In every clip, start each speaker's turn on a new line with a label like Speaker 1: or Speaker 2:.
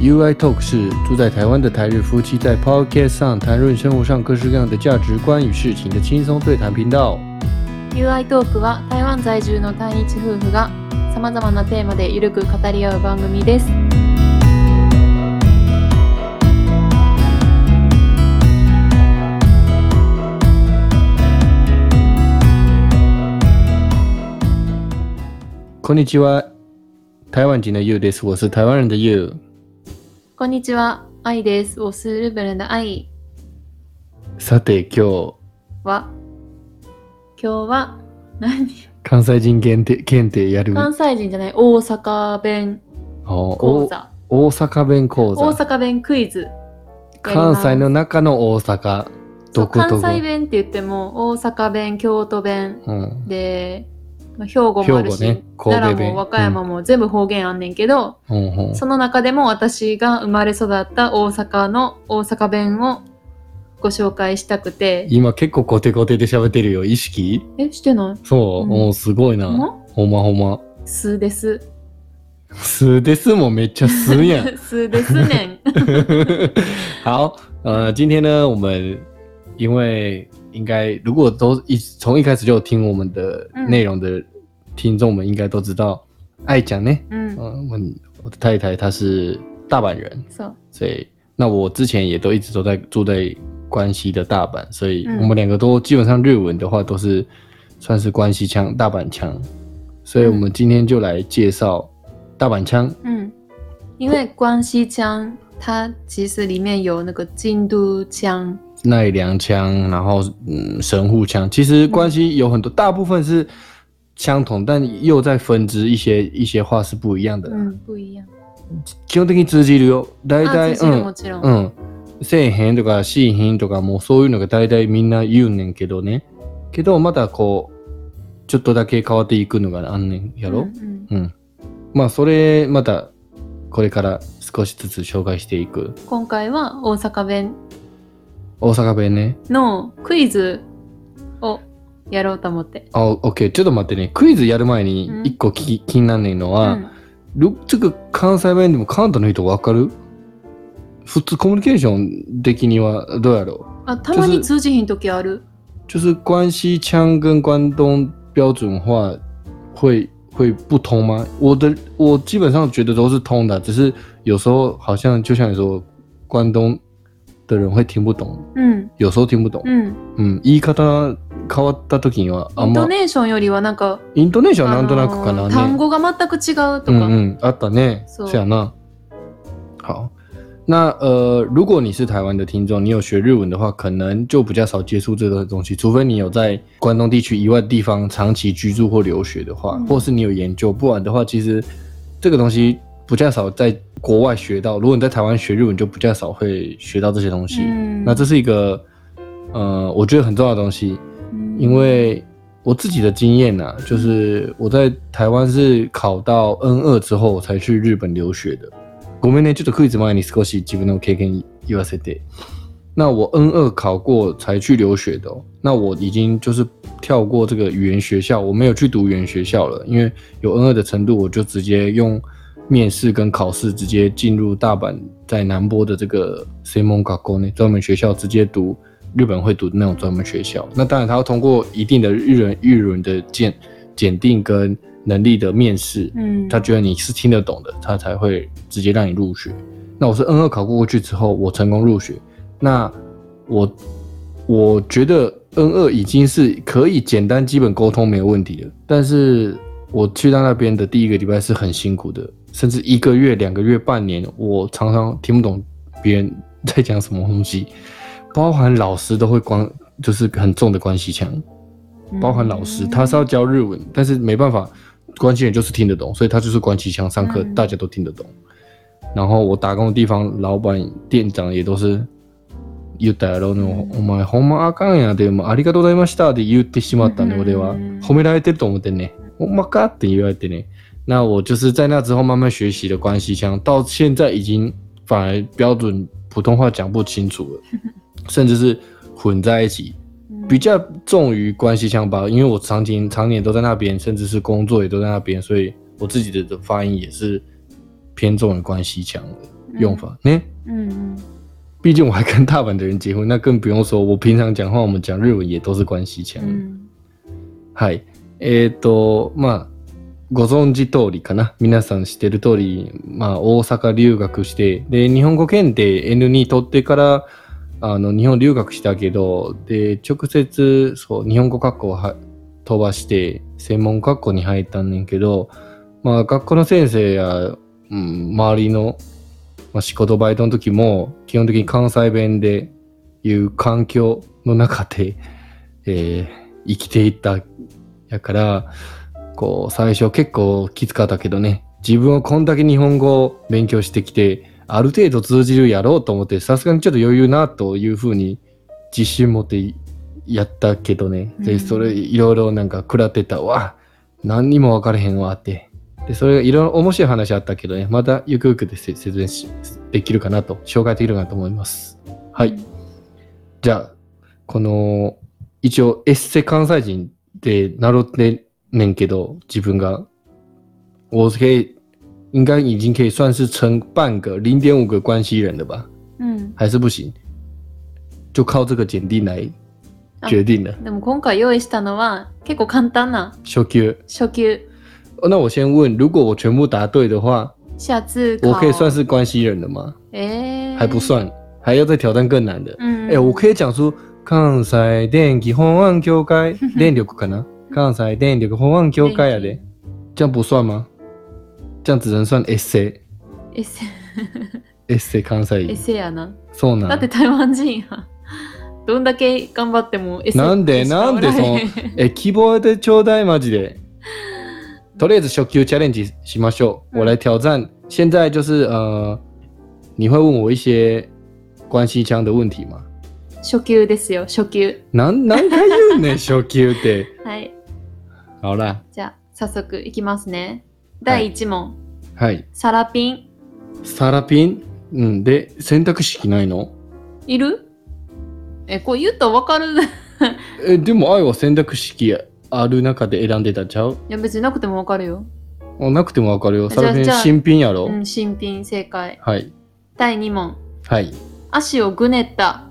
Speaker 1: UI Talk 是住在台湾的台日夫妻在 Podcast 上谈论生活上各式各样的价值观与事情的轻松对谈频道。
Speaker 2: UI トークは台湾在住の台日夫婦がさまざまなテーマでゆるく語り合う番組です。
Speaker 1: こんにちは，台湾人的 You です。我是台湾人的 You。
Speaker 2: こんにちは、アイです。我是日本人的アイ
Speaker 1: さて今日
Speaker 2: は、今日は何
Speaker 1: 関西人限定検定やる。
Speaker 2: 関西人じゃない大阪弁
Speaker 1: お
Speaker 2: 講
Speaker 1: お
Speaker 2: 座、
Speaker 1: 大阪弁講
Speaker 2: 大
Speaker 1: 座。
Speaker 2: 阪弁クイズやりま
Speaker 1: 関
Speaker 2: す。
Speaker 1: 西の中の大阪。
Speaker 2: そう
Speaker 1: 独特
Speaker 2: 関西弁って言っても大阪弁、京都弁
Speaker 1: うん。
Speaker 2: で、まあ兵庫もあるし、
Speaker 1: 兵庫ね神戸弁
Speaker 2: 奈良も和歌山も全部方言あんねんけど、
Speaker 1: うんうん。
Speaker 2: その中でも私が生まれ育った大阪の大阪弁をご紹介したくて。
Speaker 1: 今結構コテコテで喋ってるよ。意識
Speaker 2: え、してない
Speaker 1: そう。
Speaker 2: うん
Speaker 1: もうすごいな。
Speaker 2: も
Speaker 1: ほんまほんま。
Speaker 2: すです。
Speaker 1: すですもめっちゃす呀。
Speaker 2: すですねん。
Speaker 1: 好，呃，今天呢，我们因为应该如果都一从一开始就有听我们的内容的听众们，应该都知道爱讲呢。
Speaker 2: うん。
Speaker 1: 嗯、我们我的太太她是大阪人，
Speaker 2: そう。
Speaker 1: 所以那我之前也都一直都在住在关西的大阪，所以
Speaker 2: 嗯
Speaker 1: 我们两个都基本上日文的话都是算是关西腔、大阪腔，所以我们今天就来介绍大阪腔。
Speaker 2: うん。因为关西腔它其实里面有那个京都腔。
Speaker 1: 奈良腔，然后嗯神户腔，其实关系有很多，大部分是相同，但又在分支一些一些话是不一样的。
Speaker 2: うん、不一样。
Speaker 1: 基本的に通じるよ。大
Speaker 2: あ、
Speaker 1: 体
Speaker 2: 通じるもちろ。
Speaker 1: うんん、うん、せえへんとかしいへんとかもうそういうのが大体みんな言うねんけどね。けどまたこうちょっとだけ変わっていくのがあんねんやろ。
Speaker 2: うん
Speaker 1: うん、まあそれまたこれから少しずつ紹介していく
Speaker 2: うん今回は大阪弁
Speaker 1: 大阪弁ね。
Speaker 2: のクイズをやろうと思って。
Speaker 1: あ、OK。ちょっと待ってね。クイズやる前に
Speaker 2: うん
Speaker 1: 一個聞き、気になんねんの
Speaker 2: う
Speaker 1: は、
Speaker 2: ん。
Speaker 1: ルちょっと関西弁でも関東の人わかる普通コミュニケーション的にはどうやろう
Speaker 2: あ、たまに通じひん時ある。
Speaker 1: 就是关西腔跟关东标准话会会不通吗？我的我基本上觉得都是通的，只是有时候好像就像你说，关东的人会听不懂，
Speaker 2: うん。
Speaker 1: 有时候听不懂。
Speaker 2: うん。
Speaker 1: 嗯，言い方変わった時には
Speaker 2: イ
Speaker 1: あん
Speaker 2: ント
Speaker 1: ま
Speaker 2: ネーションよりはなんか、
Speaker 1: イントネーションはな
Speaker 2: あの
Speaker 1: んとなくかなね。
Speaker 2: 単語が全く違うとか、
Speaker 1: 嗯嗯，啊，等呢，
Speaker 2: So-
Speaker 1: 这样那好，那呃，如果你是台湾的听众，你有学日文的话，可能就比较少接触这个东西，除非你有在关东地区以外的地方长期居住或留学的话，
Speaker 2: 嗯
Speaker 1: 或是你有研究，不然的话，其实这个东西比较少在国外学到。如果你在台湾学日文，就比较少会学到这些东西。
Speaker 2: 嗯
Speaker 1: 那这是一个呃，我觉得很重要的东西。因为我自己的经验呐、就是我在台湾是考到 N 二之后才去日本留学的。ごめんね、ちょっとクイズ前に少し自分の経験言わせて。那我 N 二考过才去留学的哦、那我已经就是跳过这个语言学校，我没有去读语言学校了，因为有 N 二的程度，我就直接用面试跟考试直接进入大阪在南波的这个 s e m o n g a k o 呢专门学校，直接读日本会读的那种专门学校。那当然，他要通过一定的日文日文的检检定跟能力的面试，
Speaker 2: 嗯
Speaker 1: 他觉得你是听得懂的，他才会直接让你入学。那我是 N 二考过过去之后，我成功入学。那我我觉得 N 二已经是可以简单基本沟通没有问题了，但是我去到那边的第一个礼拜是很辛苦的，甚至一个月、两个月、半年，我常常听不懂别人在讲什么东西，包含老师都会关，就是很重的关系腔。包含老师，他是要教日文，但是没办法，关系人就是听得懂，所以他就是关系腔，上课
Speaker 2: 嗯
Speaker 1: 大家都听得懂。然后我打工的地方，老板、店长也都是。言ったやろの、
Speaker 2: うん
Speaker 1: お前ほんまあかんやで、もうありがとうございましたって言ってしまったね、
Speaker 2: うん
Speaker 1: 俺は
Speaker 2: うん。
Speaker 1: 褒められてると思ってね、ほんまかって言われてね。那我就是在那之后慢慢学习的关系腔，到现在已经反而标准普通话讲不清楚了， 甚至是混在一起。比较重于关系腔吧，因为我常年常年都在那边，甚至是工作也都在那边，所以我自己的发音也是偏重于关系腔的。
Speaker 2: 嗯
Speaker 1: 用法ね。
Speaker 2: うんうん
Speaker 1: 毕竟我还跟大阪的人结婚，那更不用说。我平常讲话，我们讲日文也都是关西腔
Speaker 2: う。ん
Speaker 1: はい。えっ、と、まあ、ご存知通りかな。皆さん知ってる通り、まあ、大阪留学して、で、日本語検定 N2 取ってから、あの、日本留学したけど、で、直接、そう、日本語学校をは飛ばして、専門学校に入ったんねんけど、まあ、学校の先生や、うん、周りの、まあ、仕事バイトの時も、基本的に関西弁でいう環境の中で、 えー生きていったやから、こう、最初結構きつかったけどね、自分をこんだけ日本語を勉強してきて、ある程度通じるやろうと思って、さすがにちょっと余裕なというふうに自信持ってやったけどね、
Speaker 2: う
Speaker 1: で、
Speaker 2: ん
Speaker 1: それいろいろなんか食らってたわ、何にも分かれへんわって。で、それがいろいろ面白い話あったけどね、またゆくゆくでせ説明しできるかなと、紹介できるかなと思います。はい。じゃあ、この、一応エッセ関西人って名乗ってねんけど、自分が。我可以、应该已经可以算是成半个零点五个关西人了吧？
Speaker 2: うん
Speaker 1: 还是不行？就靠这个检定来决定了。
Speaker 2: でも今回用意したのは結構簡単な
Speaker 1: 初級。
Speaker 2: 初級
Speaker 1: 哦那我先问，如果我全部答对的话，
Speaker 2: 下次考
Speaker 1: 我可以算是关西人了吗？
Speaker 2: えー
Speaker 1: 还不算，还要再挑战更难的。
Speaker 2: うん
Speaker 1: 哎、我可以讲出関西電気本案協会 電力かな？関西電力本案協会やで。这样不算吗？这样只能算 SA
Speaker 2: エセ
Speaker 1: SA 関西
Speaker 2: エ
Speaker 1: 人。
Speaker 2: セやな
Speaker 1: そう
Speaker 2: だ
Speaker 1: な
Speaker 2: って
Speaker 1: ん。
Speaker 2: 台湾人やどんだけ頑張ってもエセ
Speaker 1: なんで
Speaker 2: しかおらへ
Speaker 1: なんでえ、希望でちょうだいマジ で。とりあえず初級チャレンジしましょう。
Speaker 2: 嗯
Speaker 1: 我来挑战。现在就是呃，你会问我一些关西腔的问题吗？
Speaker 2: 初級ですよ初級
Speaker 1: なん何回言うねん初級って。
Speaker 2: はい
Speaker 1: 好啦，
Speaker 2: じゃあ早速いきますね第1問、
Speaker 1: はい。
Speaker 2: サラピン
Speaker 1: サラピン、うん、で選択肢ないの？
Speaker 2: いるえこう言うとわかる い
Speaker 1: え、でも愛は選択肢ある中で選んでたんちゃう？
Speaker 2: や別になくてもわかるよ、
Speaker 1: あなくてもわかるよ。
Speaker 2: じゃ
Speaker 1: サ
Speaker 2: あ
Speaker 1: ラピン
Speaker 2: じゃあ
Speaker 1: 新品やろ。
Speaker 2: うん、新品正解
Speaker 1: はい
Speaker 2: 第2問
Speaker 1: はい
Speaker 2: 足をぐねった、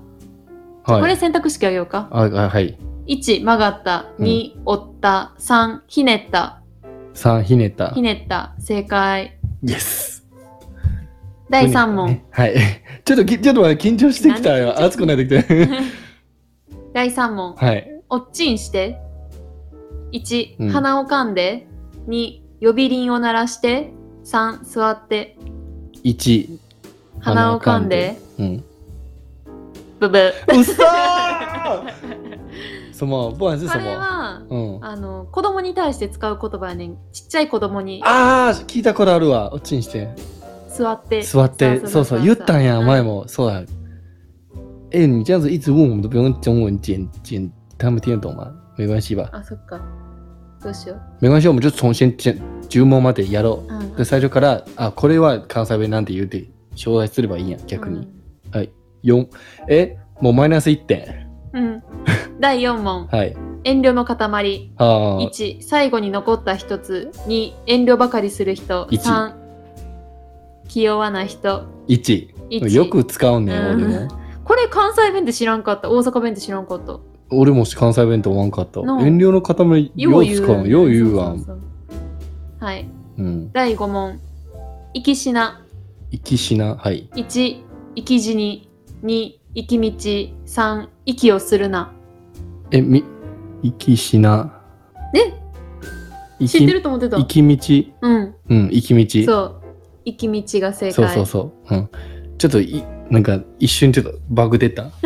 Speaker 2: こ
Speaker 1: は
Speaker 2: れ
Speaker 1: い。
Speaker 2: 選択肢あげようか
Speaker 1: ああはい。
Speaker 2: 1曲がった
Speaker 1: うん
Speaker 2: 2折った3ひねった
Speaker 1: 三ひねった
Speaker 2: ひ。ねった正解
Speaker 1: イエス。
Speaker 2: 第3問
Speaker 1: ねはい。 ちょっときちょっと待って緊張してきた
Speaker 2: なん
Speaker 1: よ。
Speaker 2: で
Speaker 1: 熱くなってきた。
Speaker 2: 第3問
Speaker 1: はい。
Speaker 2: おっちんして
Speaker 1: うん
Speaker 2: 1鼻を噛んで2呼び鈴を鳴らして3座って
Speaker 1: 一。
Speaker 2: 鼻を噛んで。
Speaker 1: うん。
Speaker 2: ブブ
Speaker 1: うそー。什么？不管是
Speaker 2: こ
Speaker 1: 什
Speaker 2: れ
Speaker 1: 么。
Speaker 2: は
Speaker 1: うん。
Speaker 2: あの子供に対して使う言葉やねんちっちゃい子供に
Speaker 1: あー聞いたことあるわ。おちんして。
Speaker 2: 座って
Speaker 1: 座って，そうそう，言ったんや、前も，そうだ。哎、你这样子一直问，我们都不用中文简简，他们听得懂吗？没关系吧？
Speaker 2: あそっかどうしよう
Speaker 1: 没关系，我们就从先简注文までやろ
Speaker 2: うん
Speaker 1: う。で最初からあこれは関西弁なんて言うて紹介すればいいんや逆
Speaker 2: う
Speaker 1: に。
Speaker 2: ん
Speaker 1: 四えもうマイナス一点。
Speaker 2: うん 第4問
Speaker 1: はい。
Speaker 2: 遠慮の塊
Speaker 1: あー
Speaker 2: 1最後に残った1つ2遠慮ばかりする人
Speaker 1: 一
Speaker 2: 3気弱な人
Speaker 1: 一。
Speaker 2: 一
Speaker 1: よく使うね、
Speaker 2: うん
Speaker 1: 俺も。
Speaker 2: これ関西弁で知らんかった大阪弁で知らんかった
Speaker 1: 俺も関西弁と思わんかった。
Speaker 2: なあ
Speaker 1: 遠慮の塊よう使うのよう言うわ
Speaker 2: そ。そそうはい
Speaker 1: うん。
Speaker 2: 第5問生きしな
Speaker 1: 生きしなはい。
Speaker 2: 1生き死に2生き道3息をするな
Speaker 1: え、み、行きしな。
Speaker 2: ね
Speaker 1: 行
Speaker 2: 知
Speaker 1: き
Speaker 2: ってると思ってた
Speaker 1: 行き道。
Speaker 2: うん
Speaker 1: うん、行き道。
Speaker 2: そう生き道が正解
Speaker 1: そうそうそう。うん。ちょっとい、なんか一瞬ちょっとバグ出た。うん。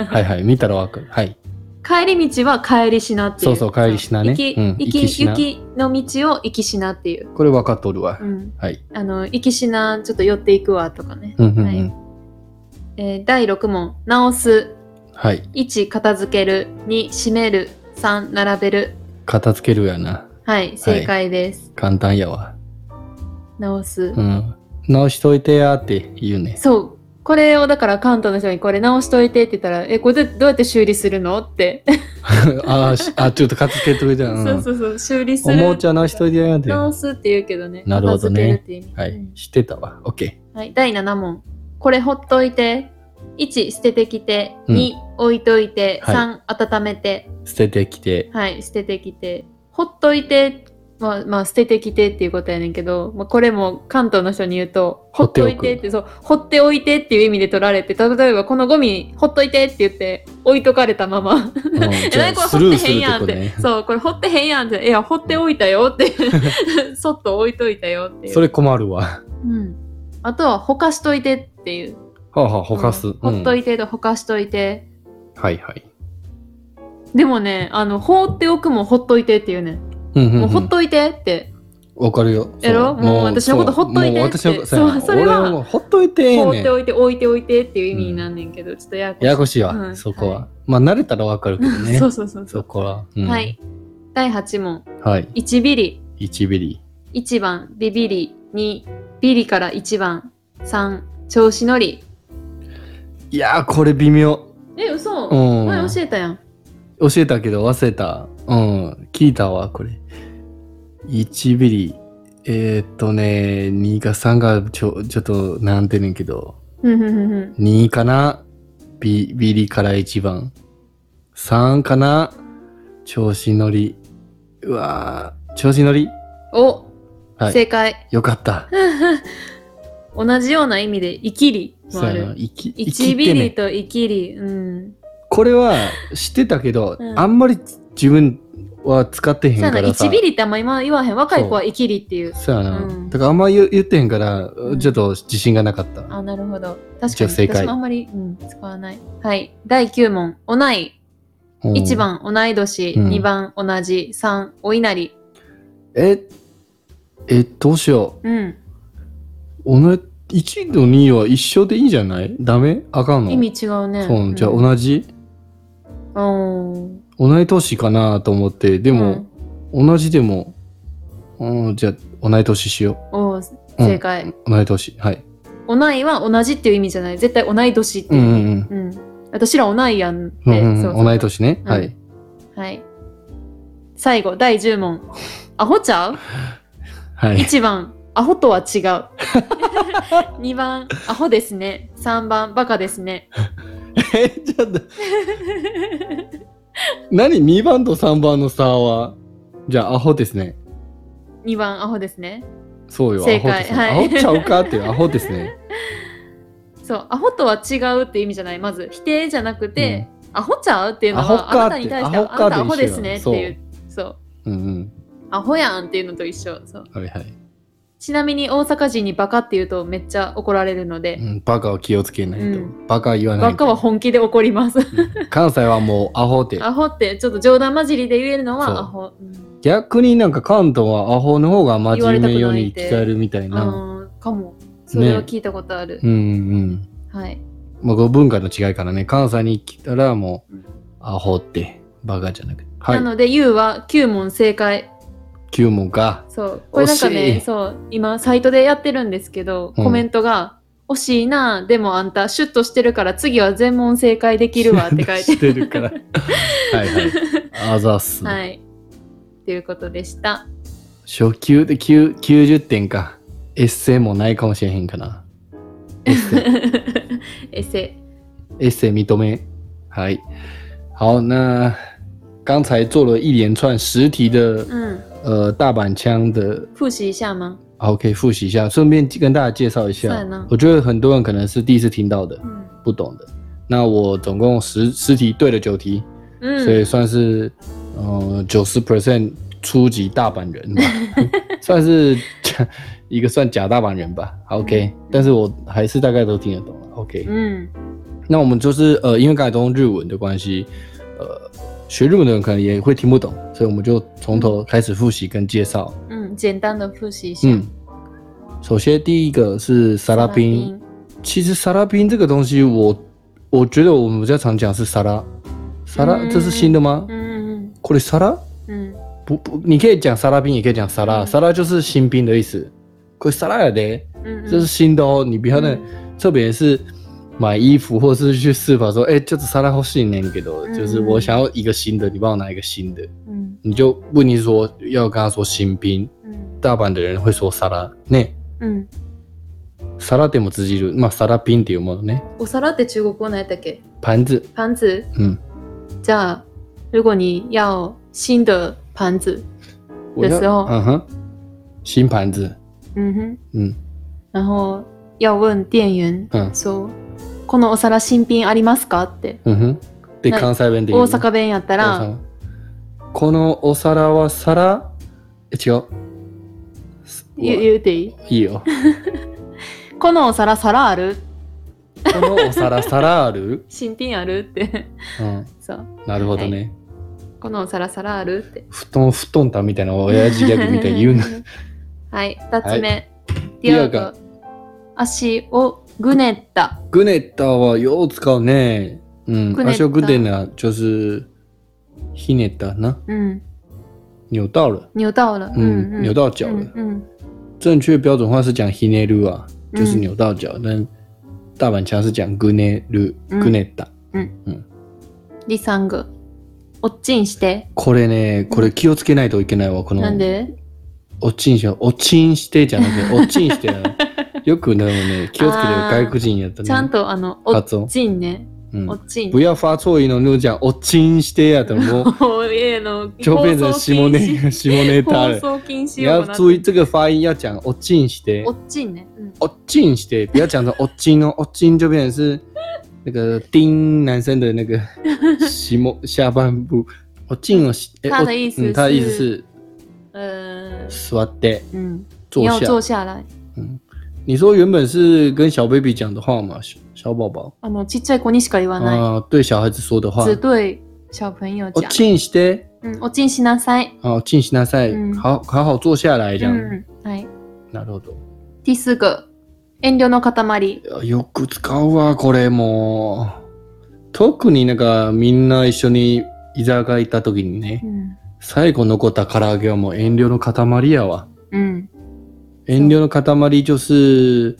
Speaker 1: はいはい。見たらわかる。はい。
Speaker 2: 帰り道は帰りしなっていう
Speaker 1: そうそう帰りしなね
Speaker 2: 行き、
Speaker 1: うん
Speaker 2: 行
Speaker 1: 行き
Speaker 2: き
Speaker 1: しな
Speaker 2: 行きの道を行きしなっていう、
Speaker 1: これ分かっとるわ。
Speaker 2: うん、
Speaker 1: はい。
Speaker 2: あの行きしなちょっと寄っていくわとかね、
Speaker 1: うんうんうん。
Speaker 2: は
Speaker 1: はいい。
Speaker 2: えー第6問直す1片付ける2閉める3並べる
Speaker 1: 片付けるやな。
Speaker 2: はい正解です、
Speaker 1: 簡単やわ。
Speaker 2: 直す、
Speaker 1: うん。直しといてやって言うね。
Speaker 2: そうこれをだから関東の人にこれ直しといてって言ったらえこれどうやって修理するのって、
Speaker 1: あーしあ、ちょっと片付けといてやな。
Speaker 2: そうそうそう修理す
Speaker 1: お
Speaker 2: る
Speaker 1: もちゃ直しといてやって。
Speaker 2: 直すって言うけどね
Speaker 1: なるほどね
Speaker 2: 片付けるっていう意味
Speaker 1: は
Speaker 2: う
Speaker 1: い
Speaker 2: ん。
Speaker 1: 知ってたわ。オッケー。
Speaker 2: はい、第7問。これほっといて。1、捨ててきて。
Speaker 1: うん
Speaker 2: 2、置いといて。
Speaker 1: はい
Speaker 2: 3、温めて。
Speaker 1: 捨ててきて。
Speaker 2: はい、捨ててきて。ほっといて。まあ、まあ、捨ててきてっていうことやねんけど、まあ、これも関東の人に言うと、
Speaker 1: 放
Speaker 2: ほ
Speaker 1: っ
Speaker 2: って
Speaker 1: お
Speaker 2: と
Speaker 1: く
Speaker 2: いてって、そう、ほっておいてっていう意味で取られて、例えばこのゴミ、ほっといてって言って、置いとかれたまま、
Speaker 1: う ん
Speaker 2: え、
Speaker 1: じゃ
Speaker 2: 何
Speaker 1: あ
Speaker 2: これ
Speaker 1: ス
Speaker 2: 掘
Speaker 1: ル
Speaker 2: っ
Speaker 1: ー
Speaker 2: て
Speaker 1: す
Speaker 2: へ
Speaker 1: る
Speaker 2: ん
Speaker 1: っ
Speaker 2: や
Speaker 1: てこ
Speaker 2: んっ
Speaker 1: と
Speaker 2: て。
Speaker 1: ね。
Speaker 2: そう、これ掘ってへんやんって。いや、掘っておいたよ って。そっと置いといたよっていう。
Speaker 1: それ困るわ。
Speaker 2: うん。あとは、ほかしといてっていう。
Speaker 1: はあはあ、ほかす。
Speaker 2: うんほっといてとほかしといて。
Speaker 1: はいはい。
Speaker 2: でもね、あの、放っておくもほっといてっていうね。
Speaker 1: うんうん、うん。
Speaker 2: もうほっといてって。
Speaker 1: わかるよ。
Speaker 2: やろ
Speaker 1: そ
Speaker 2: もう私のこと
Speaker 1: そう
Speaker 2: ほっといて
Speaker 1: もう
Speaker 2: って
Speaker 1: 私のそうやな
Speaker 2: そうそれは
Speaker 1: 俺もうほっといて
Speaker 2: 放
Speaker 1: ね
Speaker 2: っておいて、置いておいてっていう意味になんねんけど、ちょっとややこしい。
Speaker 1: ややこしいわ、
Speaker 2: うん
Speaker 1: そこは。
Speaker 2: は
Speaker 1: まあ慣れたらわかるけどね。
Speaker 2: そう
Speaker 1: そ
Speaker 2: そうそうそう。
Speaker 1: こは、うん
Speaker 2: はい。。第8問。
Speaker 1: はい。
Speaker 2: 1ビリ。
Speaker 1: 1ビリ。
Speaker 2: 1番、ビビリ。2、ビリから1番。3、調子乗り。
Speaker 1: いやー、これ微妙。
Speaker 2: え、嘘、
Speaker 1: うん。
Speaker 2: 前教えたやん。
Speaker 1: 教えたけど忘れた。うん。聞いたわ、これ。1ビリ。えー、っとね、2か3がちょちょっとなんてんねんけど。
Speaker 2: うんうんうんうん
Speaker 1: 2かなビビリから1番。3かな調子乗り。うわー調子乗り
Speaker 2: お、
Speaker 1: はい。
Speaker 2: 正解。
Speaker 1: よかった。
Speaker 2: 同じような意味で、生きりも
Speaker 1: そ
Speaker 2: あ
Speaker 1: うやな
Speaker 2: る。
Speaker 1: 生き生き
Speaker 2: 1
Speaker 1: って
Speaker 2: ビリ
Speaker 1: ね。
Speaker 2: と生きり。うん。
Speaker 1: これは知ってたけど、
Speaker 2: うん
Speaker 1: あんまり自分は使ってへん
Speaker 2: そうや
Speaker 1: か
Speaker 2: な、
Speaker 1: らさ。
Speaker 2: 1ビリってあんま今言わへん。若い子は生きりっていう。
Speaker 1: そうやな。
Speaker 2: うん
Speaker 1: だからあんま言言ってへんから、
Speaker 2: うん
Speaker 1: ちょっと自信がなかった。
Speaker 2: あ、なるほど。確
Speaker 1: じ
Speaker 2: か
Speaker 1: ゃあ
Speaker 2: に。
Speaker 1: 正解
Speaker 2: 私もあんまり、うん、使わない。はい。第9問。おない。
Speaker 1: うん
Speaker 2: 1。番、同い年。
Speaker 1: うん
Speaker 2: 2番、同じ。3、お稲荷。
Speaker 1: え、え、どうしよ
Speaker 2: うん。
Speaker 1: う。おな1と2は一緒でいいんじゃないダメあかんの
Speaker 2: 意味違うね。
Speaker 1: そう、じゃあ
Speaker 2: 同
Speaker 1: 同
Speaker 2: じ。
Speaker 1: じ、
Speaker 2: うん
Speaker 1: 同い年かなと思って、でも、、同じでも、うん、じゃあ同い年しよ
Speaker 2: うんおー
Speaker 1: う。うん
Speaker 2: 正解。
Speaker 1: 同い年。はい。
Speaker 2: おないは同じっていう意味じゃない。絶対同い年って
Speaker 1: う
Speaker 2: い
Speaker 1: ん
Speaker 2: う。
Speaker 1: うんうん。
Speaker 2: うん。私ら同いやん
Speaker 1: う
Speaker 2: っ
Speaker 1: ん
Speaker 2: て。
Speaker 1: うん
Speaker 2: そうそう
Speaker 1: 同い年ね。
Speaker 2: うん
Speaker 1: はい。
Speaker 2: はい。最後、第10問。アホちゃう
Speaker 1: はい。
Speaker 2: ?1 番、アホとは違う。2番、アホですね。3番、バカですね。
Speaker 1: え、ちょっと、何 ?2 番と3番の差は、じゃあアホですね。
Speaker 2: 2番、アホですね。
Speaker 1: そうよ、ア
Speaker 2: 正
Speaker 1: ホで
Speaker 2: 解
Speaker 1: すね。ア
Speaker 2: は
Speaker 1: ホ
Speaker 2: い
Speaker 1: ちゃうかっていうアホです ね。
Speaker 2: そう、アホとは違うって意味じゃない。まず、否定じゃなくて、アホちゃうっていうの
Speaker 1: アホ
Speaker 2: は、あ
Speaker 1: か
Speaker 2: な
Speaker 1: って
Speaker 2: たに対して、あ
Speaker 1: ア
Speaker 2: な
Speaker 1: ホか
Speaker 2: たア
Speaker 1: と一緒
Speaker 2: ホで
Speaker 1: やん
Speaker 2: すねっていう。そう。
Speaker 1: うんうん。
Speaker 2: アホやんっていうのと一緒。そう
Speaker 1: はいはい。
Speaker 2: ちなみに大阪人にバカって言うとめっちゃ怒られるので、
Speaker 1: うん、バカは気をつけないと。
Speaker 2: うん
Speaker 1: バカは言わない
Speaker 2: バ
Speaker 1: と。
Speaker 2: カは本気で怒ります。
Speaker 1: うん関西はもうアホで。
Speaker 2: アホってちょっと冗談交じりで言えるの
Speaker 1: そう
Speaker 2: はアホ。うん
Speaker 1: 逆になんか関東はアホの方が真面目ように
Speaker 2: 言われたくないって
Speaker 1: 聞かれるみたいな。
Speaker 2: あーかも。それは聞いたことある。
Speaker 1: うんうん。
Speaker 2: はい。
Speaker 1: まあ、これ文化の違いからね。関西に来たらもう、アホって。バカじゃなくて。は。
Speaker 2: ないので U は9問正解。
Speaker 1: 9問か。
Speaker 2: そう。これなんか
Speaker 1: 惜しい
Speaker 2: ね、そう今サイトでやってるんですけど、
Speaker 1: うん
Speaker 2: コメントが。惜しいなでもあんたシュッとしてるから次は全問正解できるわって書い て
Speaker 1: してるから。はいはい。あざっす。
Speaker 2: はいということ でした
Speaker 1: 初級で9 90点か。エッセイもないかもしれへんかな。エッ セイ
Speaker 2: エセ
Speaker 1: エッセイ認め。嗨，好，那刚才做了一连串十题的
Speaker 2: うん
Speaker 1: 呃大阪腔的
Speaker 2: 复习一下吗
Speaker 1: 好，可以复习一下，顺便跟大家介绍一下
Speaker 2: 算了。
Speaker 1: 我觉得很多人可能是第一次听到的，
Speaker 2: 嗯
Speaker 1: 不懂的。那我总共十十题对了九题，所以
Speaker 2: 嗯，
Speaker 1: 算是呃九十 percent 初级大阪人 吧，算是 一个算假大阪人吧。好 OK，、但是我还是大概都听得懂了。OK，
Speaker 2: 嗯，
Speaker 1: 那我们就是呃，因为刚才都用日文的关系，呃，学日文的人可能也会听不懂，所以我们就从头开始复习跟介绍。
Speaker 2: 嗯，简单的复习一下。
Speaker 1: 嗯，首先第一个是沙拉冰，其实沙拉冰这个东西我，我觉得我们比较常讲是沙拉，沙拉、
Speaker 2: 嗯
Speaker 1: 这是新的吗？
Speaker 2: 嗯
Speaker 1: これ沙拉
Speaker 2: 嗯
Speaker 1: 不不，你可以讲沙拉冰，也可以讲沙拉，
Speaker 2: 嗯
Speaker 1: 沙拉就是新兵的意思。可沙拉的，
Speaker 2: 嗯嗯，
Speaker 1: 这是新的哦，你不要那。特别是买衣服或是去试法说，哎、就是沙拉好新年给的，
Speaker 2: 嗯
Speaker 1: 就是我想要一个新的，你帮我拿一个新的，
Speaker 2: 嗯
Speaker 1: 你就问你说要跟他说新兵，
Speaker 2: 嗯
Speaker 1: 大阪的人会说沙拉，那
Speaker 2: 嗯
Speaker 1: 皿でも通じる、まあ、皿ピンっていうものね。
Speaker 2: お皿って中国語何やったっけ
Speaker 1: 盘子。
Speaker 2: 盘子
Speaker 1: 嗯，
Speaker 2: じゃあ、如果你要新的盘子，
Speaker 1: 我要
Speaker 2: 的时候
Speaker 1: 嗯哼，新盘子。
Speaker 2: 嗯哼，
Speaker 1: 嗯，
Speaker 2: 然后要问店员
Speaker 1: 嗯
Speaker 2: 说、このお皿新品ありますかって
Speaker 1: 嗯哼。で、
Speaker 2: はい
Speaker 1: 関西弁で言
Speaker 2: 大
Speaker 1: うね。
Speaker 2: 阪弁やった
Speaker 1: 大
Speaker 2: ら、
Speaker 1: 阪このお皿は皿え、違う。
Speaker 2: 言う
Speaker 1: うわ
Speaker 2: 言うていい
Speaker 1: いいよ。
Speaker 2: このお皿皿ある
Speaker 1: このお皿皿ある
Speaker 2: 新品あるって
Speaker 1: うん。
Speaker 2: そう
Speaker 1: なるほどね。
Speaker 2: このお皿皿あるって
Speaker 1: 布団布団たみたいな親父ギャグみたいに言うな。
Speaker 2: はい二つ目、
Speaker 1: 第
Speaker 2: 第
Speaker 1: 二个
Speaker 2: 二个足をぐねった
Speaker 1: グネッタはよう使うね。うん。
Speaker 2: グネッタ
Speaker 1: 足をグデナ就是ひねったな。
Speaker 2: うん
Speaker 1: 扭到了。
Speaker 2: 扭到了
Speaker 1: 嗯，扭到脚了。
Speaker 2: うんうん
Speaker 1: 正确标准化是讲 hineru 啊，就是
Speaker 2: 嗯
Speaker 1: 扭到脚，但大阪腔是讲 guneru
Speaker 2: 嗯
Speaker 1: guneta。
Speaker 2: 第三个おっちんして
Speaker 1: これね、これ気をつけないといけないわ、この。
Speaker 2: なんで
Speaker 1: おちんしよう、おちんしてじゃなくて、おちんしてや る。よくでもね、気をつけてる
Speaker 2: あー
Speaker 1: 外国人やったね。
Speaker 2: ちゃんとあの、おっ
Speaker 1: 発音。
Speaker 2: ちんね。
Speaker 1: うん
Speaker 2: お。っちん。、
Speaker 1: 不要发错音のヌーちゃん、おちんしてやったらもう
Speaker 2: おえの、
Speaker 1: 就变成
Speaker 2: 放送
Speaker 1: 下
Speaker 2: 禁止
Speaker 1: ネ下ネタ
Speaker 2: 放
Speaker 1: 了。
Speaker 2: 送禁止
Speaker 1: 你
Speaker 2: 用
Speaker 1: 要
Speaker 2: 語な
Speaker 1: 注意这个发音，要讲おちんして
Speaker 2: お。っちんね。うん
Speaker 1: 哦，进して，不要讲成哦金哦，哦金就变成是那个丁男生的那个 下末下半部。哦进哦，诶
Speaker 2: 他的
Speaker 1: 哦
Speaker 2: 意思
Speaker 1: 嗯他的意思
Speaker 2: 是
Speaker 1: 是
Speaker 2: 呃
Speaker 1: 座って
Speaker 2: うん。
Speaker 1: 坐
Speaker 2: 你要
Speaker 1: 下。
Speaker 2: 坐下来。
Speaker 1: 嗯，你说原本是跟小 baby 讲的话嘛，小小宝宝
Speaker 2: あの、ちっちゃい子にしか言わない。
Speaker 1: 啊，对小孩子说的话。
Speaker 2: 只对小朋友
Speaker 1: 哦
Speaker 2: 讲。
Speaker 1: 进して，
Speaker 2: うん。おちんしなさい。
Speaker 1: 哦进行那赛
Speaker 2: 嗯，
Speaker 1: 好好好坐下来这
Speaker 2: う
Speaker 1: 样。
Speaker 2: ん。はい。
Speaker 1: なるほど。
Speaker 2: 第四个。遠慮の塊。
Speaker 1: よく使うわ、これもう。特になんかみんな一緒に居酒屋行った時にね
Speaker 2: う、ん。
Speaker 1: 最後残った唐揚げはもう遠慮の塊やわ。
Speaker 2: うん。
Speaker 1: 遠慮の塊就是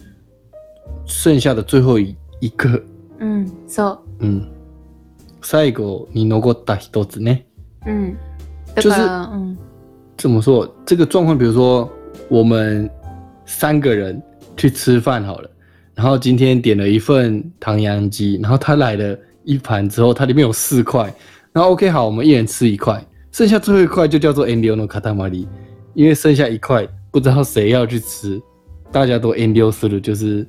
Speaker 1: 剩下的最後一個。
Speaker 2: うん。そ
Speaker 1: うん。最後に残った一つね。
Speaker 2: う。うん。だから、うん。
Speaker 1: 怎么说？这个状况，比如说我们三个人去吃饭好了，然后今天点了一份唐扬鸡，然后他来了一盘之后，它里面有四块，然后 OK 好，我们一人吃一块，剩下最后一块就叫做 e n d i o no katamari，因为剩下一块不知道谁要去吃，大家都 e n d i o 了，就是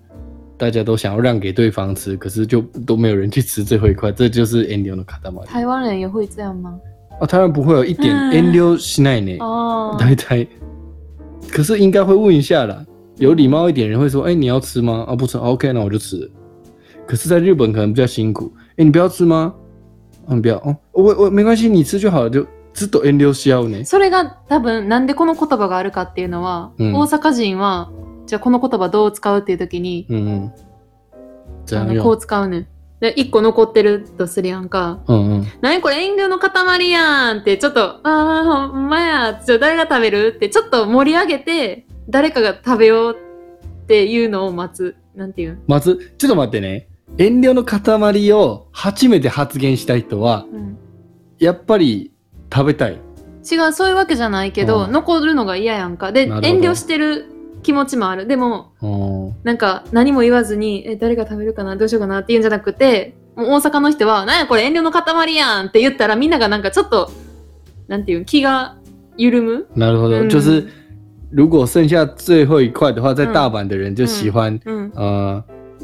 Speaker 1: 大家都想要让给对方吃，可是就都没有人去吃最后一块，这就是 e n d i o no katamari。
Speaker 2: 台湾人也会这样吗
Speaker 1: 哦，当然不会有一点 e
Speaker 2: 嗯
Speaker 1: n d i o しないね。
Speaker 2: 哦。
Speaker 1: 呆呆。可是应该会问一下啦，有礼貌一点人会说：“哎、你要吃吗？”啊，不吃、啊、，OK，那我就吃了。可是，在日本可能比较辛苦。哎、你不要吃吗？嗯、不要哦，我我没关系，你吃就好了，就只懂 N 六消呢。
Speaker 2: それが多分なんでこの言葉があるかっていうのは、
Speaker 1: うん
Speaker 2: 大阪人はじゃあこの言葉どう使うっていう時に、
Speaker 1: 嗯嗯，这
Speaker 2: あ
Speaker 1: 样
Speaker 2: の
Speaker 1: 用
Speaker 2: こう。使うねん。で1個残ってるとするやんか
Speaker 1: 嗯嗯，
Speaker 2: 「何これ遠慮の塊やん」ってちょっと「ああほんまや」じゃあ誰が食べるってちょっと盛り上げて誰かが食べようっていうのを待つなんていうん、
Speaker 1: まずちょっと待ってね。遠慮の塊を初めて発言した人は
Speaker 2: うん、
Speaker 1: やっぱり食べたい。
Speaker 2: 違うそういうわけじゃないけど、
Speaker 1: うん
Speaker 2: 残るのが嫌やんかで
Speaker 1: なるほど
Speaker 2: 遠慮してる気持ちもあるでも
Speaker 1: 哦、
Speaker 2: なんか何も言わずに、え、誰が食べるかな、どうしようかなって言うんじゃなくて、もう大阪の人は、なんやこれ遠慮の塊やんって言ったら、みんながなんかちょっと、なんていうの気が緩む。
Speaker 1: なるほど。
Speaker 2: 嗯
Speaker 1: 就是如果剩下最后一块的话，在
Speaker 2: 嗯
Speaker 1: 大阪的人就喜欢
Speaker 2: うん。
Speaker 1: 呃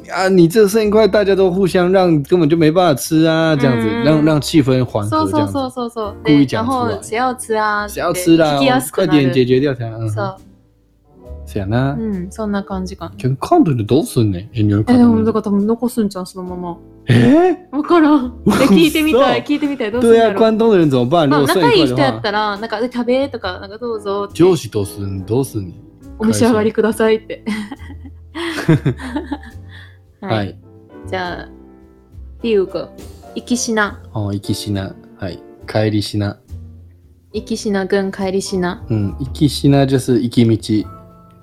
Speaker 1: 啊，你这剩一块，大家都互相让，根本就没办法吃啊，这样子，
Speaker 2: 嗯
Speaker 1: 让让气氛缓和
Speaker 2: そう
Speaker 1: 这
Speaker 2: そ
Speaker 1: 样
Speaker 2: うそ
Speaker 1: 子。
Speaker 2: うそうそう。
Speaker 1: 故
Speaker 2: で、
Speaker 1: 意讲
Speaker 2: 然
Speaker 1: 出来
Speaker 2: 后谁要吃啊
Speaker 1: 谁要吃啦
Speaker 2: 聞きや？す
Speaker 1: 快
Speaker 2: くな
Speaker 1: 点解
Speaker 2: る。
Speaker 1: 决掉它。嗯，
Speaker 2: そ
Speaker 1: 这样呢
Speaker 2: う。，うん、そんな感じかな。
Speaker 1: 全看到的都是呢，哎，你有
Speaker 2: え、
Speaker 1: 看
Speaker 2: で
Speaker 1: 到
Speaker 2: もだ
Speaker 1: 吗？
Speaker 2: から多分残すんじゃん、そのま
Speaker 1: 哎，
Speaker 2: ま。わから ん。で、聞いてみたい、
Speaker 1: 嘘
Speaker 2: 聞いてみたい、どうするん
Speaker 1: 对
Speaker 2: だ
Speaker 1: 啊，
Speaker 2: ろう。
Speaker 1: 关东的人怎么办？如
Speaker 2: まあ、
Speaker 1: 果剩
Speaker 2: 仲いい
Speaker 1: 一
Speaker 2: 人
Speaker 1: 块
Speaker 2: や
Speaker 1: 的
Speaker 2: った
Speaker 1: 话，
Speaker 2: ら、なんか、え食べとか、なんかどうぞって、
Speaker 1: 就是都是都是你。
Speaker 2: お召し上がりくださいって。 は
Speaker 1: 哎
Speaker 2: い。，じゃあ、第五个、行きしな。
Speaker 1: 哦，行きしな，哎，帰りしな，
Speaker 2: 行きしな、軍帰りしな。
Speaker 1: 嗯，行きしな就是行き道，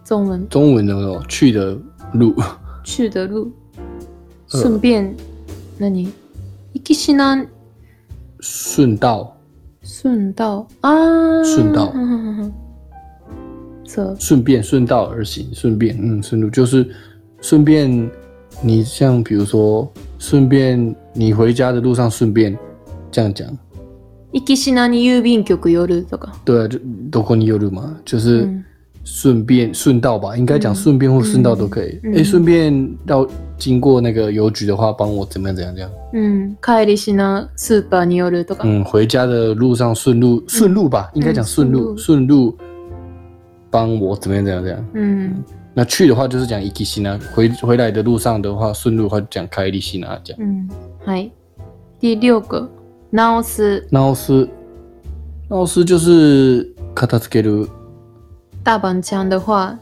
Speaker 2: 中文、
Speaker 1: 中文的哦，去的路。
Speaker 2: 去的路。
Speaker 1: 呃
Speaker 2: 顺便、何行きしな、
Speaker 1: 顺道，
Speaker 2: 顺道。あー。
Speaker 1: 顺道
Speaker 2: うん うんうんそう。
Speaker 1: 顺便顺道而行，顺便，嗯，顺路就是顺便你像比如说，顺便你回家的路上顺便这样讲，
Speaker 2: 行きしなに郵便局寄るとか。
Speaker 1: 对啊，就どこによる嘛，就
Speaker 2: う
Speaker 1: 是
Speaker 2: ん
Speaker 1: 顺便顺道吧，应该讲
Speaker 2: 嗯
Speaker 1: 顺便或顺道都可以。
Speaker 2: 嗯
Speaker 1: 哎、顺、便到经过那个邮局的话，帮我怎么样怎么样怎样。
Speaker 2: うん、帰りしなスーパーに寄るとか。
Speaker 1: 嗯，回家的路上顺路顺路吧，应该讲顺路
Speaker 2: 嗯
Speaker 1: 顺路，帮我怎么样怎么样怎么样。
Speaker 2: うん。
Speaker 1: 那去的话就是讲一基西啊，回回来的路上的话，顺路的话就讲开利西啊这样。
Speaker 2: うん。はい。で、りょうくん。直す、
Speaker 1: 直す直す就是片付ける，
Speaker 2: 大番ちゃん的话、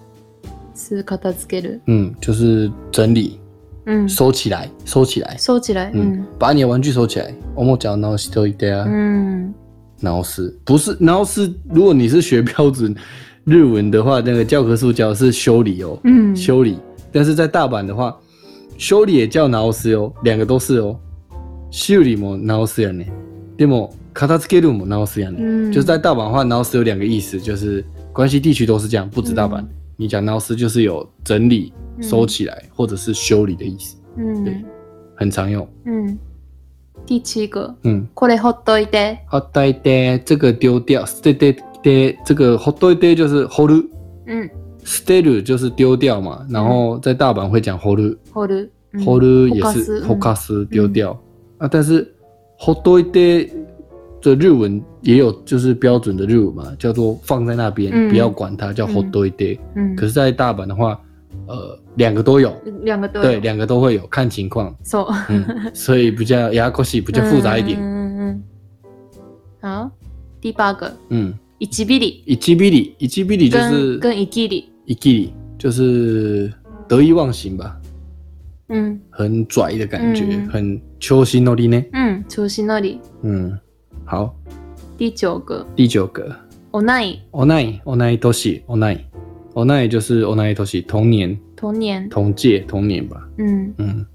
Speaker 2: す、片付ける。
Speaker 1: 嗯，就是整理
Speaker 2: うん。
Speaker 1: 收起来收起来，
Speaker 2: そうちらい。う
Speaker 1: 嗯
Speaker 2: ん。，
Speaker 1: 把你的玩具收起来。我们讲直しといて啊。
Speaker 2: 嗯うん。
Speaker 1: 然是不是然是，如果你是学标准日文的话，那个教科书教的是修理哦，
Speaker 2: うん。
Speaker 1: 修理。但是在大阪的话，修理也叫直す哦，两个都是哦。修理も直すやね。でも片付けるも直すやね。
Speaker 2: うん。
Speaker 1: 就是在大阪的话，直す有两个意思，就是关西地区都是这样，不止大阪。
Speaker 2: 嗯
Speaker 1: 你讲直す就是有整理、
Speaker 2: 嗯
Speaker 1: 收起来，或者是修理的意思，
Speaker 2: うん。
Speaker 1: 很常用。
Speaker 2: うん。第七个。
Speaker 1: 嗯。
Speaker 2: これほっといて。
Speaker 1: 好呆呆，这个丢掉，捨ててて，这个好呆呆就是ほる，
Speaker 2: うん。
Speaker 1: 捨てる就是丢掉嘛，然后在大阪会讲ほる，
Speaker 2: ほる。うん
Speaker 1: ほる也是
Speaker 2: ほ
Speaker 1: ほか
Speaker 2: か
Speaker 1: す丢掉啊，但是ほっといて的日文也有就是标准的日文嘛，叫做放在那边
Speaker 2: 嗯
Speaker 1: 不要管它，叫ほっといて。
Speaker 2: うん。
Speaker 1: 可是，在大阪的话，呃，两个都有，
Speaker 2: 两个都有
Speaker 1: 对，两个都会有，看情况，
Speaker 2: そう。
Speaker 1: 嗯， 所以比较ややこしい，比较复杂一
Speaker 2: う
Speaker 1: 点，
Speaker 2: んうんうんうん。好，第八个，
Speaker 1: 嗯，
Speaker 2: 一ビリ，
Speaker 1: 一基比里，一基比里就
Speaker 2: 跟
Speaker 1: 是
Speaker 2: 跟一ギリ，
Speaker 1: 一基里就是得意忘形吧，
Speaker 2: 嗯
Speaker 1: 很拽的感觉，
Speaker 2: 嗯
Speaker 1: 很秋心诺力呢。
Speaker 2: 嗯，調子乗り。
Speaker 1: 嗯，好，
Speaker 2: 第九个，
Speaker 1: 第九个
Speaker 2: おない、
Speaker 1: ，onai onai 都是 onai onai 就是 onai 都是童年、
Speaker 2: 童年，
Speaker 1: 同届、同年吧。
Speaker 2: 嗯
Speaker 1: 嗯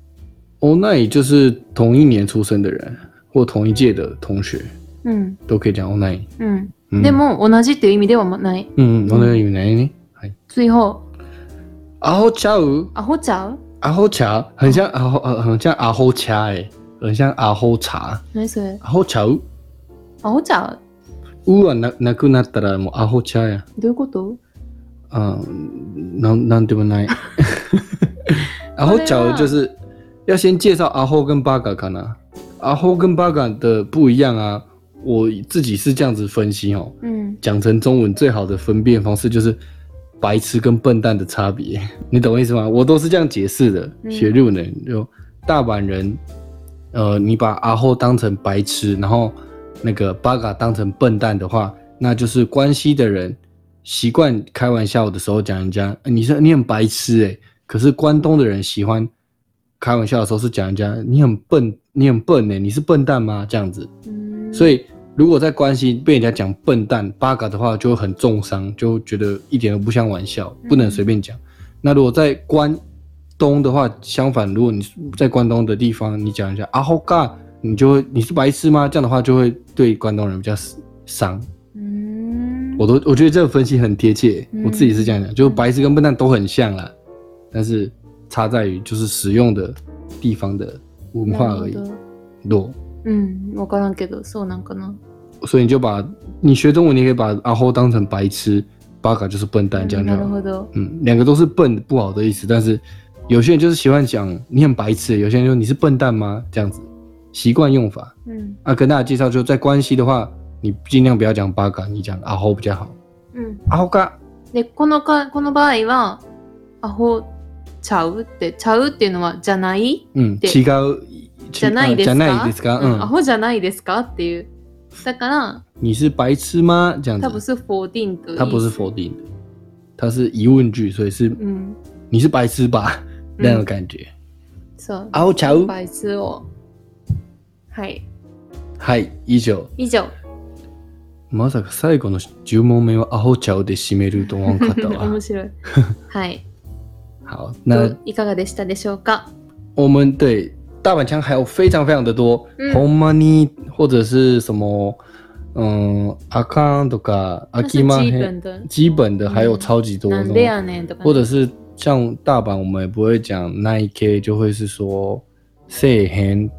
Speaker 1: ，onai 就是同一年出生的人或同一届的同学
Speaker 2: 嗯
Speaker 1: 都可以讲 onai。
Speaker 2: 嗯。
Speaker 1: 嗯
Speaker 2: でも同じっていう意味ではない。
Speaker 1: 嗯，onai 有哪呢？はい
Speaker 2: 最后，
Speaker 1: 阿后恰乌，
Speaker 2: アホちゃう？
Speaker 1: 阿后恰很像阿后，呃很像阿后恰哎，很像阿后茶，
Speaker 2: 何それ？
Speaker 1: 阿后恰乌。
Speaker 2: アホちゃう？
Speaker 1: うはななくなったらもうアホちゃうやん。
Speaker 2: どういうこと？
Speaker 1: あーなんなんでもない。アホちゃう就是要先介绍阿ホ跟八嘎かな。阿ホ跟八嘎的不一样啊，我自己是这样子分析哦。
Speaker 2: 嗯
Speaker 1: 讲成中文最好的分辨方式就是白痴跟笨蛋的差别， 你懂我意思吗？我都是这样解释的。
Speaker 2: 嗯
Speaker 1: 学日文的人就大阪人，呃，你把阿后当成白痴，然后那个八嘎当成笨蛋的话，那就是关西的人习惯开玩笑的时候讲人家、呃你是你很白痴诶、可是关东的人喜欢开玩笑的时候是讲人家你很笨，你很笨诶、欸你是笨蛋吗？这样子。
Speaker 2: 嗯，
Speaker 1: 所以如果在关系被人家讲笨蛋、八嘎的话，就会很重伤，就觉得一点都不像玩笑，不能随便讲。那如果在关东的话，相反，如果你在关东的地方，你讲一下啊好尬，你就会你是白痴吗？这样的话就会对关东人比较伤。
Speaker 2: 嗯，
Speaker 1: 我都我觉得这个分析很贴切，
Speaker 2: 嗯
Speaker 1: 我自己是这样讲，就白痴跟笨蛋都很像啦，但是差在于就是使用的地方的文化而已
Speaker 2: な。るほど
Speaker 1: 弱。
Speaker 2: うん、わからんけど、そうなんかな。
Speaker 1: 所以你就把你学中文，你可以把阿后当成白痴，八嘎就是笨蛋这样就
Speaker 2: なる
Speaker 1: 好。
Speaker 2: ほど。
Speaker 1: 嗯，两个都是笨不好的意思，但是有些人就是喜欢讲你很白痴，有些人就说你是笨蛋吗？这样子习惯用法。
Speaker 2: うん
Speaker 1: 啊，跟大家介绍，就在关系的话，你尽量不要讲八嘎，你讲阿后比较好。
Speaker 2: うん。
Speaker 1: 阿后嘎，
Speaker 2: でこのかこの場合はアホちゃうってちゃうっていうのはじゃない
Speaker 1: 嗯，
Speaker 2: 对
Speaker 1: 七呃高
Speaker 2: じゃないです
Speaker 1: じゃ
Speaker 2: か
Speaker 1: ないですか？
Speaker 2: うんア
Speaker 1: 嗯，
Speaker 2: ホじゃないですかっていうだから
Speaker 1: 你是白痴吗？这样
Speaker 2: 多分
Speaker 1: 子，
Speaker 2: 是否定的意思
Speaker 1: 它不是否定的，它是疑问句，所以是
Speaker 2: うん
Speaker 1: 你是白痴吧那种感觉。
Speaker 2: そう
Speaker 1: 阿后乔，
Speaker 2: バイスをはい
Speaker 1: 嗨，一九。
Speaker 2: 以上
Speaker 1: まさか最後の10問目はアホちゃうで締めると思わんかったわ
Speaker 2: 面。白いはい
Speaker 1: 好，
Speaker 2: ど
Speaker 1: 那
Speaker 2: ういかがでしたでしょうか
Speaker 1: 我们对大阪腔还有非常非常的多，
Speaker 2: 嗯
Speaker 1: ほんまに或者是什么，嗯，あかんとか、あ
Speaker 2: 私
Speaker 1: きま
Speaker 2: 基
Speaker 1: へん
Speaker 2: 本的
Speaker 1: 基本的还有
Speaker 2: 嗯
Speaker 1: 超级多那
Speaker 2: なんで
Speaker 1: 种，
Speaker 2: やねんとかね
Speaker 1: 或者是像大阪我们也不会讲 Nike，就会是说 say hen、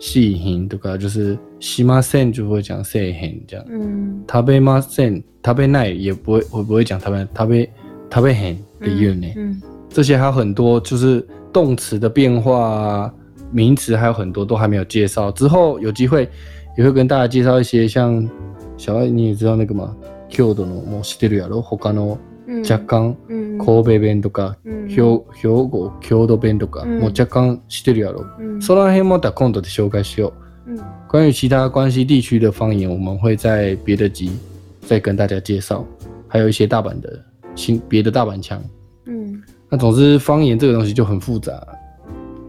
Speaker 1: しへんとか就是しません就会讲 say hen 这样。
Speaker 2: うん。
Speaker 1: 食べません、食べない也不会，我不会讲食べ食べ食べへん的言う呢。
Speaker 2: うん。
Speaker 1: 这些还有很多，就是动词的变化啊，名词还有很多都还没有介绍。之后有机会也会跟大家介绍一些像小爱你也知道那个嘛，Q 的のもう知ってるやろ、他の
Speaker 2: うん。
Speaker 1: 若干
Speaker 2: うん。
Speaker 1: 神戸弁とか
Speaker 2: うん。
Speaker 1: 兵兵庫郷土弁とか
Speaker 2: 嗯
Speaker 1: もう若干知ってるやろ。
Speaker 2: うん。
Speaker 1: その辺もた今度で紹介しよう。
Speaker 2: うん。
Speaker 1: 关于其他关西地区的方言，我们会在别的集再跟大家介绍，还有一些大阪的新别的大阪腔。
Speaker 2: うん。
Speaker 1: 那总之，方言这个东西就很复杂，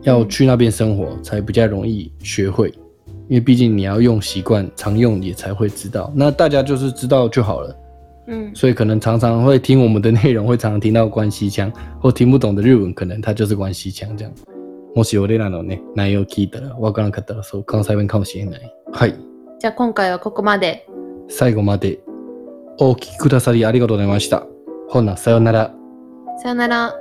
Speaker 1: 要去那边生活才比较容易学会，因为毕竟你要用习惯、常用也才会知道。那大家就是知道就好了，
Speaker 2: うん。
Speaker 1: 所以可能常常会听我们的内容，会常常听到关西腔或听不懂的日文，可能它就是关西腔这样。もし俺らのね内容聞いたらわからなかったらそう関西弁かもしれない。はい。
Speaker 2: じゃあ今回はここまで。
Speaker 1: 最後までお聞きくださりありがとうございました。ほな、さようなら。
Speaker 2: さよなら。